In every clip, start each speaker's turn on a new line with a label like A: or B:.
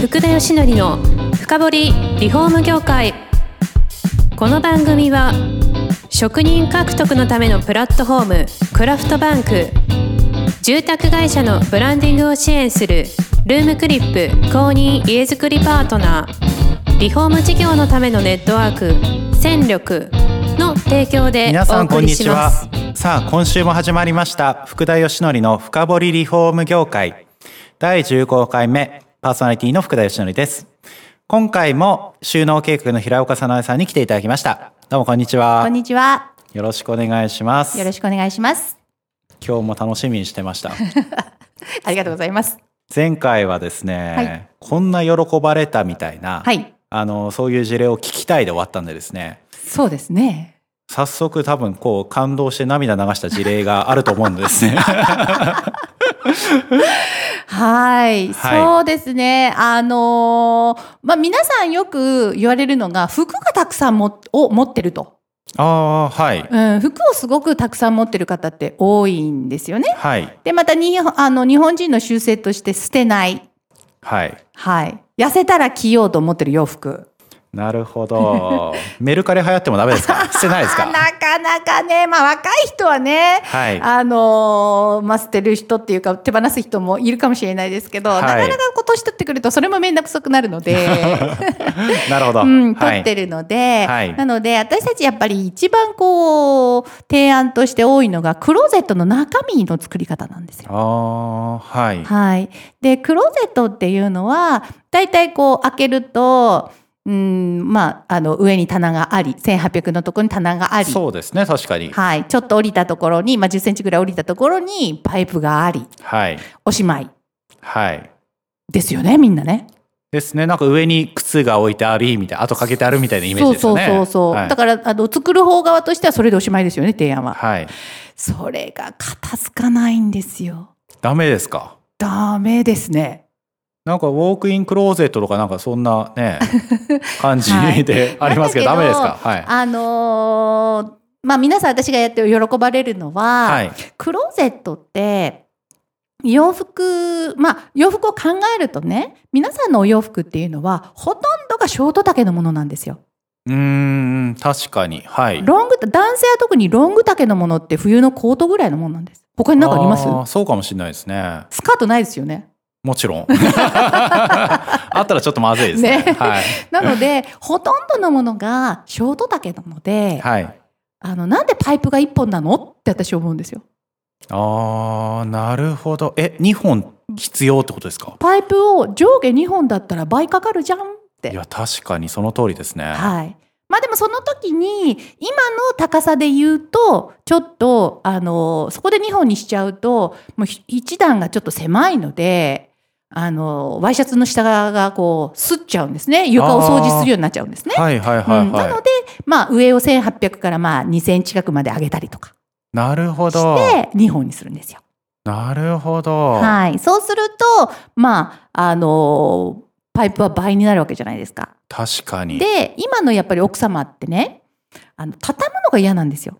A: 福田義則の深掘りリフォーム業界この番組は職人獲得のためのプラットフォームクラフトバンク住宅会社のブランディングを支援するルームクリップ公認家づくりパートナーリフォーム事業のためのネットワーク戦力の提供で
B: 皆
A: お
B: さんこ
A: 送
B: ん
A: り
B: に
A: し
B: ち
A: ま
B: は
A: す。
B: さあ今週も始まりました福田義則の深掘りリフォーム業界第15回目パーソナリティの福田義則です今回も収納計画の平岡早苗さんに来ていただきましたどうもこんにち
C: こ
B: は
C: んにちは。
B: よろしくお願いします
C: よろしくお願いします。
B: 今日も楽しみにしてました
C: ありがとうございます。
B: 前回はですね、
C: はい
B: こんな喜ばれたみたいな、
C: はい。
B: あのそういう事例を聞きたいで終わったんでですね
C: そうですね。
B: 早速多分こう感動して涙流した事例があると思うんです ね
C: はい。
B: はい
C: そうですね。あのーまあ、皆さんよく言われるのが、服がたくさんも、を持ってると。
B: ああはい
C: うん、服をすごくたくさん持ってる方って多いんですよね。
B: はい。
C: で、またに、あの、日本人の習性として捨てない。
B: はい。
C: はい。痩せたら着ようと思ってる洋服。
B: なるほど。メルカリ流行ってもダメです か捨てないです
C: あ
B: か
C: なかなかね、まあ、若い人はね、
B: はい。
C: あのーまあ、捨てる人っていうか手放す人もいるかもしれないですけど、
B: はい
C: なかなかこう年取ってくるとそれも面倒くさくなるので、
B: なるほど。
C: うん、
B: は
C: 取って
B: い。
C: るので、
B: はい
C: なので私たちやっぱり一番こう提案として多いのがクローゼットの中身の作り方なんですよ。
B: ああ、はい。
C: はい、でクローゼットっていうのはだいたいこう開けると、うんまあ、あの上に棚があり1800のところに棚があり。
B: そうですね、確かに。
C: はい。ちょっと降りたところに、まあ、10センチぐらい降りたところに、パイプがあり、
B: はい。
C: おしまい
B: はい。
C: ですよねみんなね。
B: ですね、なんか上に靴が置いてあり、みたいな、あとかけてあるみたいなイメージです
C: そ
B: よ
C: う
B: ね。
C: そうそうそう、
B: はい
C: だからあの作る方側としてはそれでおしまいですよね提案は。
B: はい。
C: それが片付かないんですよ。
B: ダメですか
C: ダメですね。
B: なんかウォークインクローゼットとかなんかそんな ね、感じ
C: はい
B: でありますけど、
C: な
B: ダ
C: んだ
B: メ
C: け
B: で
C: ど
B: すかはい。
C: あのーまあ皆さん私がやって喜ばれるのは、
B: はい。
C: クローゼットって洋服まあ洋服を考えるとね皆さんのお洋服っていうのはほとんどがショート丈のものなんですよ。
B: うーん、確かに。はい。
C: ロング男性は特にロング丈のものって冬のコートぐらいのものなんです。他に何かあります
B: ーそうかもしれないですね。
C: スカートないですよね。
B: もちろん。 あったらちょっとまずいですね。
C: ね
B: はい。
C: なので、 ほとんどのものがショート丈なので、
B: はい。
C: あの、なんでパイプが1本なのって私思うんですよ。
B: ああ、なるほど。え、2本必要ってことですか
C: パイプを上下2本だったら倍かかるじゃんっ
B: い
C: て。
B: や、確かにその通りですね。
C: はい。まあでもその時に、今の高さで言うと、ちょっと、あの、そこで2本にしちゃうと、もう1段がちょっと狭いので、あの、ワイシャツの下側がこう、すっちゃうんですね。床を掃除するようになっちゃうんですね。
B: はい、はい、は
C: う
B: い、
C: んな
B: は
C: の
B: い。
C: で、まあ、上を1800からまあ2センチ角まで上げたりとか
B: なるほど。
C: して2本にするんですよ。
B: なるほど。
C: はい、そうするとまああのーパイプは倍になるわけじゃないですか。
B: 確かに。
C: で今のやっぱり奥様ってねあの畳むのが嫌なんですよ。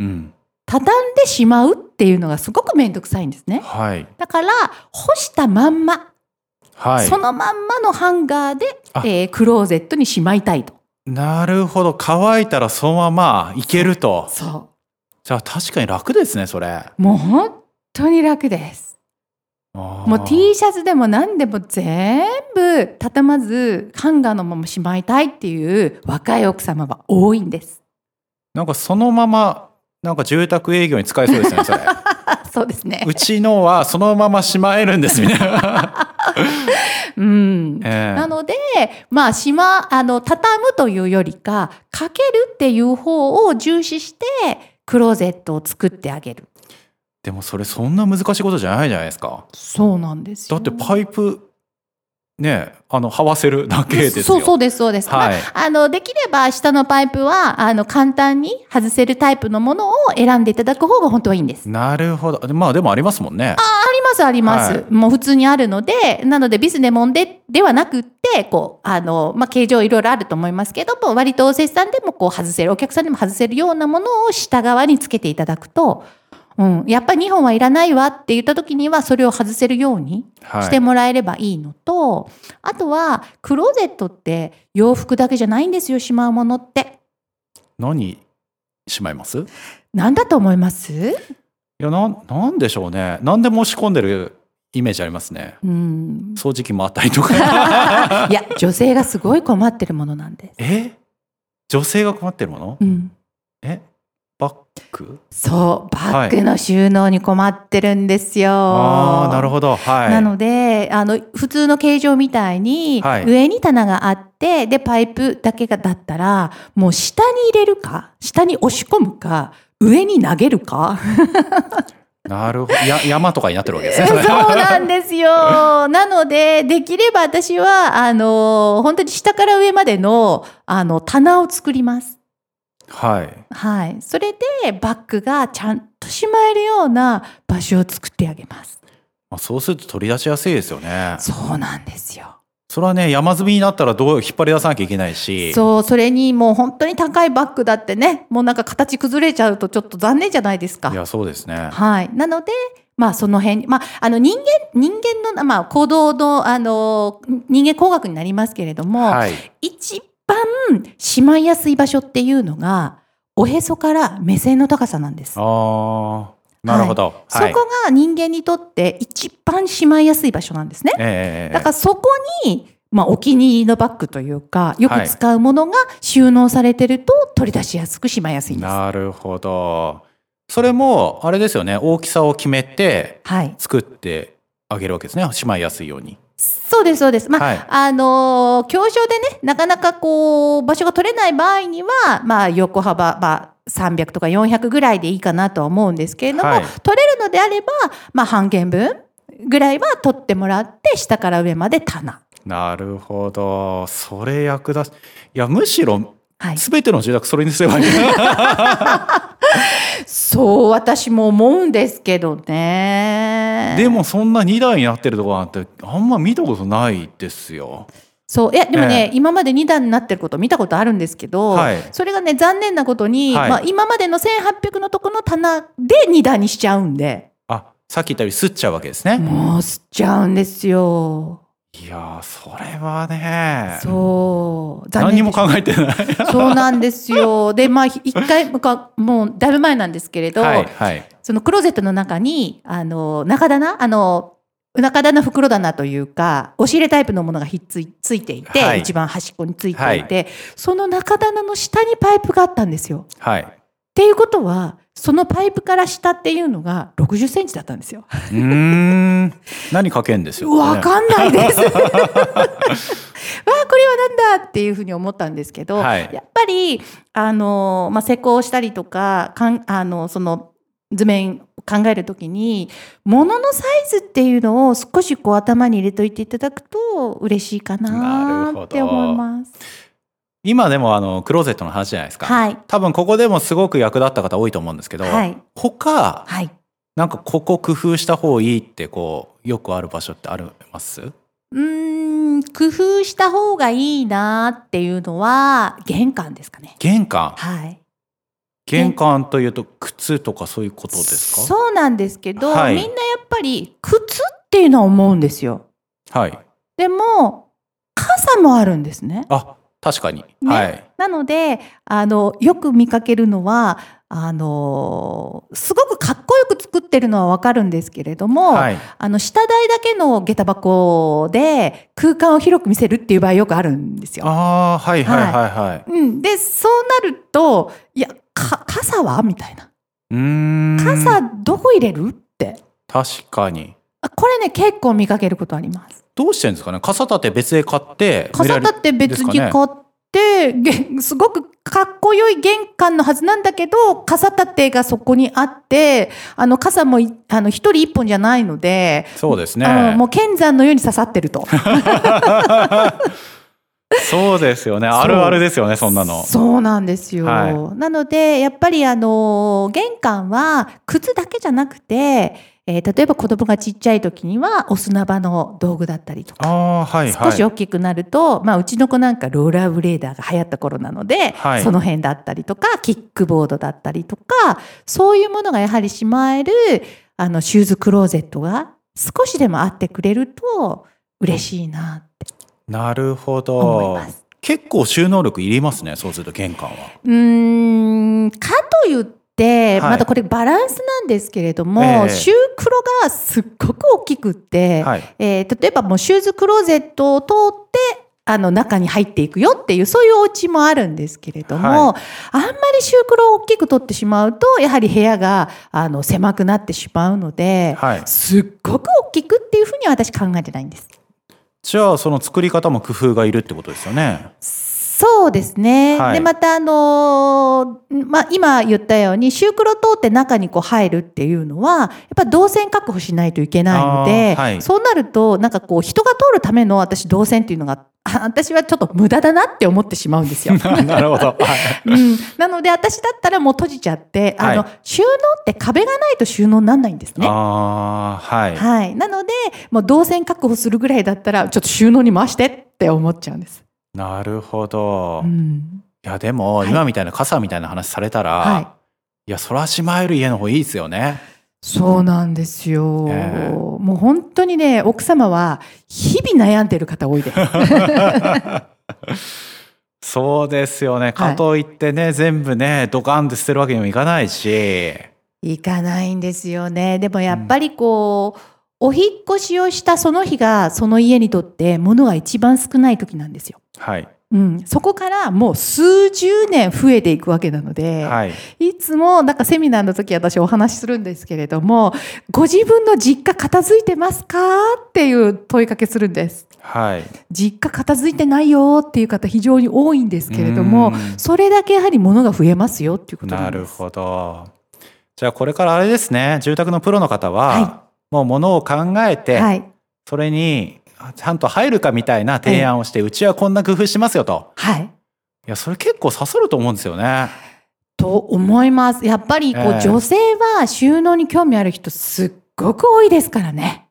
B: うん。
C: 畳んでしまうっていうのがすごく面倒くさいんですね。
B: はい。
C: だから干したまんま、
B: はい
C: そ。のまんまのハンガーで
B: あ、
C: えークローゼットにしまいたいと。
B: なるほど。乾いたらそのままいけると。
C: そ
B: じゃあ確かに楽ですね、それ。
C: うもう本当に楽です。も
B: も
C: う T シャツでも何でも全部畳まずハンガーのまましまいたいっていう若い奥様は多いんです。
B: なんかそのまま、なんか住宅営業に使えそうですね、そ れ。
C: あそうですね
B: う。ちのはそのまましまえるんですみたいな。
C: うん。
B: ええ
C: なので、まあ、しま、あの、畳むというよりか、かけるっていう方を重視して、クローゼットを作ってあげる。
B: でもそれそんな難しいことじゃないじゃないですか。
C: そうなんです
B: だってパイプねあの這わせるだけですよ。
C: そうそうです、そうです。
B: はい
C: まあ、あの、できれば下のパイプは、あの、簡単に外せるタイプのものを選んでいただく方が本当はいいんです。
B: なるほど。でまあでもありますもんね。
C: ありますあります、
B: はい
C: もう普通にあるのでなのでビスでもんでではなくってこうあの、まあ、形状いろいろあると思いますけども割とお施主さんでもこう外せるお客さんでも外せるようなものを下側につけていただくとうん、やっぱり2本はいらないわって言った時にはそれを外せるように
B: はい、
C: してもらえればいいのと、あとはクローゼットって洋服だけじゃないんですよしまうものって。
B: 何しまいますい
C: なんだと思います、
B: やなんなんでしょうね何でも押し込んでるイメージありますね
C: うん、
B: 掃除機もあったりと か
C: いや女性がすごい困ってるものなんです。
B: え女性が困ってるもの
C: うん
B: えバッグ
C: そうバッグの収納に困ってるんですよ。
B: ああなるほどはい
C: なのであの普通の形状みたいに、
B: はい
C: 上に棚があってでパイプだけがだったらもう下に入れるか下に押し込むか上に投げる か
B: なるほどや山とかになってるわけです
C: そ
B: ね
C: う
B: それ
C: なんですよなのでできれば私はあの本当に下から上までのあの棚を作ります。
B: はい
C: はい、それでバッグがちゃんとしまえるような場所を作ってあげます。
B: まあそうすると取り出しやすいですよね
C: そうなんですよ。
B: それはね山積みになったらどう引っ張り出さなきゃいけないし
C: そう、それにもう本当に高いバッグだってね、もうなんか形崩れちゃうとちょっと残念じゃないですか。
B: やそうですね
C: はい。なので、まあその辺、まああの人間、人間の、まあ行動の、あの、人間工学になりますけれども、
B: はい
C: 一番しまいやすい場所っていうのが、おへそから目線の高さなんで
B: あ
C: す。
B: あなるほど
C: そこ
B: はい
C: が人間にとって一番しまいやすい場所なんですね。
B: ええ
C: だからそこに、まあ、お気に入りのバッグというか、よく使うものが収納されてると取り出しやすくしまいやすいんです。
B: なるほどそれもあれですよね大きさを決めて
C: はい。
B: 作ってあげるわけですねしまいやすいように
C: そうです、そうです。まあ、
B: はい
C: あのー教場でね、なかなかこう、場所が取れない場合には、まあ、横幅、まあ、300とか400ぐらいでいいかなとは思うんですけれども、
B: はい
C: 取れるのであれば、まあ、半減分ぐらいは取ってもらって、下から上まで棚。
B: なるほどそれ役立ついやむしろ
C: はい。
B: 全ての住宅それにす ればいい
C: そう、私も思うんですけどね。
B: でもそんな2台になってるとこなんてあんま見たことないですよ
C: そう。いや、でもね、
B: え
C: 今まで2段になってること見たことあるんですけど、
B: はい
C: それがね、残念なことに、
B: はい
C: まあ、今までの1800のとこの棚で2段にしちゃうんで、
B: あさっき言ったようにすっちゃうわけですね、
C: もう吸っちゃうんですよ。
B: いやーそれはね
C: そう。
B: 何にも考
C: え
B: えてない
C: そうなんですよ。で、まあ、ひ一回、なんかもう、だいぶ前なんですけれど、
B: はいはい
C: そのクローゼットの中に、あの、中棚あの、中棚袋棚というか、押し入れタイプのものがひっついついていて、
B: はい
C: 一番端っこについていて、その中棚の下にパイプがあったんですよ。っ
B: はい
C: ていうことは、そのパイプから下っていうのが60センチだったんですよ。
B: うーん何かけんですよ
C: わ
B: ね
C: かんな いです。わあ、これはなんだっていうふうに思ったんですけど、
B: はい
C: やっぱり、あの、まあ、施工したりとか、かん、あの、その、図面を考えるときに、もののサイズっていうのを少しこう頭に入れといていただくと嬉しいか
B: な
C: な
B: るほど
C: って思います。
B: 今でもあのクローゼットの話じゃないですか、
C: はい。
B: 多分ここでもすごく役立った方多いと思うんですけど、
C: はい。
B: 他
C: はい。
B: なんかここ工夫した方いいってこうよくある場所ってあります
C: うーん、工夫した方がいいなっていうのは、玄関ですかね。
B: 玄関
C: はい。
B: 玄関というと靴とかそういうことですか
C: そうなんですけど、
B: はい
C: みんなやっぱり靴っていうのは思うんですよ。
B: はい
C: でも傘もあるんですね。
B: あ確かに、
C: ね
B: はい
C: なのであのよく見かけるのはあのすごくかっこよく作ってるのはわかるんですけれども、
B: はい
C: あの下台だけの下駄箱で空間を広く見せるっていう場合よくあるんですよ。
B: あーはいはいはいはい、
C: うん、でそうなるといやか傘はみたいな
B: うーん
C: 傘どこ入れるって
B: 確かに
C: あこれね結構見かけることあります。
B: どうしてるんですかね傘立て別で買って
C: 傘だ
B: て
C: って別に買って、げすごくかっこよい玄関のはずなんだけど傘立てがそこにあってあの傘もいあの一人一本じゃないので、
B: そうです
C: あの
B: ね
C: もう剣山のように刺さってると
B: そうですよねあるあるですよねそんなの
C: そうなんですよ、
B: は
C: なのでやっぱりあの玄関は靴だけじゃなくてえー例えば子供がちっちゃい時にはお砂場の道具だったりとか、
B: ああー、はいはい。
C: 少し大きくなると、まあ、うちの子なんかローラーブレーダーが流行った頃なので、
B: はい
C: その辺だったりとかキックボードだったりとかそういうものがやはりしまえるあのシューズクローゼットが少しでもあってくれると嬉しいなって
B: なるほ
C: 思い
B: ど
C: ます。。
B: 結構収納力いりますね、そうすると玄関は。
C: うーんかといって、
B: はい
C: またこれバランスなんですけれども、
B: ええ
C: シュークロがすっごく大きくって、
B: はい。
C: えー例えばもうシューズクローゼットを通ってあの中に入っていくよっていうそういうお家もあるんですけれども、あんまりシュークロを大きく取ってしまうとやはり部屋があの狭くなってしまうので、
B: はい。
C: すっごく大きくっていうふうには私考えてないんです。
B: じゃあ、その作り方も工夫がいるってことですよね。
C: そうですね。
B: はい
C: で、また、あのーまあ、今言ったように、シュークロ通って中にこう入るっていうのは、やっぱ動線確保しないといけないので、
B: あーはい
C: そうなると、なんかこう、人が通るための私、動線っていうのが、 あ私はちょっと無駄だなって思ってしまうん ですよ。
B: なるほど。
C: うん、なので、私だったらもう閉じちゃって、あの、
B: は
C: 収納って壁がないと収納になんないんです ね。
B: ああ、はい。
C: はい。なので、もう動線確保するぐらいだったら、ちょっと収納に回してって思っちゃうんです。
B: なるほど。
C: う
B: い
C: ん。
B: や、でも、
C: はい
B: 今みたいな傘みたいな話されたら、
C: はい
B: い、や、そらしまえる家の方いいですよね。
C: そうなんですよ、
B: ええ
C: もう本当にね、奥様は日々悩んでる 方多いで。
B: そうですよね。かといってね、全部ね、ドカンって捨てるわけにもいかないし。
C: いかないんですよね。でもやっぱりこう、お引っ越しをしたその日が、その家にとって物が一番少ない時なんですよ。
B: はい。
C: うん、そこからもう数十年増えていくわけなので、
B: はい。
C: い、つもなんかセミナーの時私お話しするんですけれども、ご自分の実家片付いてますかっていう問いかけするんです。
B: はい。
C: 実家片付いてないよっていう方非常に多いんですけれども
B: うん
C: それだけやはり物が増えますよっていうこと
B: なんる
C: です。
B: ほど。じゃあこれからあれですね、住宅のプロの方は、
C: は
B: もうものを考えて、
C: はい
B: それにちゃんと入るかみたいな提案をして、うちはこんな工夫しますよと。
C: はい
B: いや、それ結構刺さると思うんですよね。
C: と思います。やっぱりこう、
B: ええ
C: 女性は収納に興味ある人すっごく多いですからね。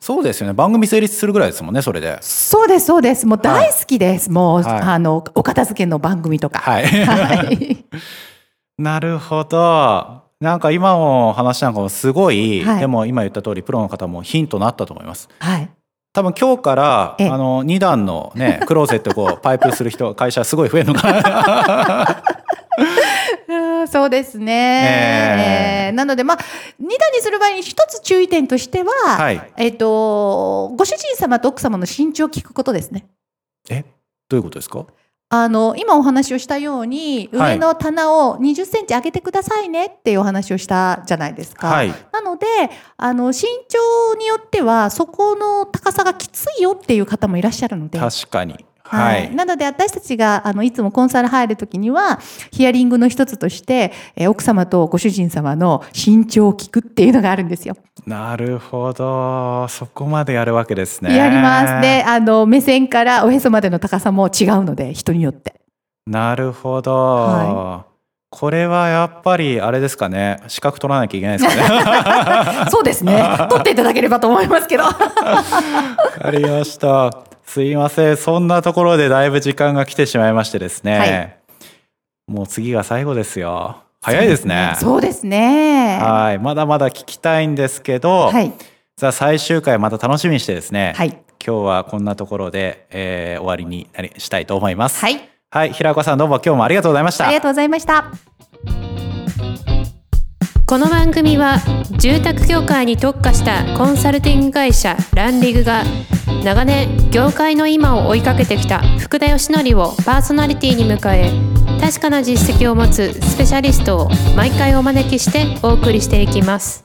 B: そうですよね。番組成立するぐらいですもんね、それで。
C: そうですそうですもう大好きです、もう、
B: はい
C: あのお片付けの番組とか。
B: はい。
C: はい、
B: なるほど。なんか今の話なんかもすごい、
C: はい
B: でも今言った通りプロの方もヒントになったと思います。
C: はい、
B: 多分今日から
C: ええ
B: あの2段の ねクローゼットをこうパイプする人会社すごい増えるのかな。
C: うんそうです
B: え
C: ね、えーなので、まあ、2段にする場合に一つ注意点としては、
B: はい。
C: えっ、と、ご主人様と奥様の身長を聞くことですね。
B: えどういうことですか？
C: あの、今お話をしたように、
B: はい
C: 上の棚を20センチ上げてくださいねっていうお話をしたじゃないですか。
B: はい。
C: なので、あの、身長によっては、そこの高さがきついよっていう方もいらっしゃるので。
B: 確かに。はい。
C: なので私たちがあのいつもコンサル入るときにはヒアリングの一つとして、えー奥様とご主人様の身長を聞くっていうのがあるんですよ。
B: なるほど。そこまでやるわけですね。
C: やります。で、。あの、目線からおへそまでの高さも違うので、人に よって。
B: なるほど。
C: は
B: これはやっぱりあれですかね。資格取らなきゃいけないですかね。
C: そうですね。取っていただければと思いますけど。
B: わかりました。すいません。そんなところでだいぶ時間が来てしまいましてですね。
C: はい
B: もう次が最後ですよ。早いですね。
C: そうですね。は
B: はい。まだまだ聞きたいんですけど、
C: い。
B: さあ最終回また楽しみにしてですね。
C: はい。
B: 今日はこんなところで、えー終わりになりしたいと思います。
C: はい。
B: はい、平岡さんどうも今日もありがとうございました。
C: ありがとうございました。
A: この番組は住宅業界に特化したコンサルティング会社ランリグが長年業界の今を追いかけてきた福田義則をパーソナリティに迎え確かな実績を持つスペシャリストを毎回お招きしてお送りしていきます。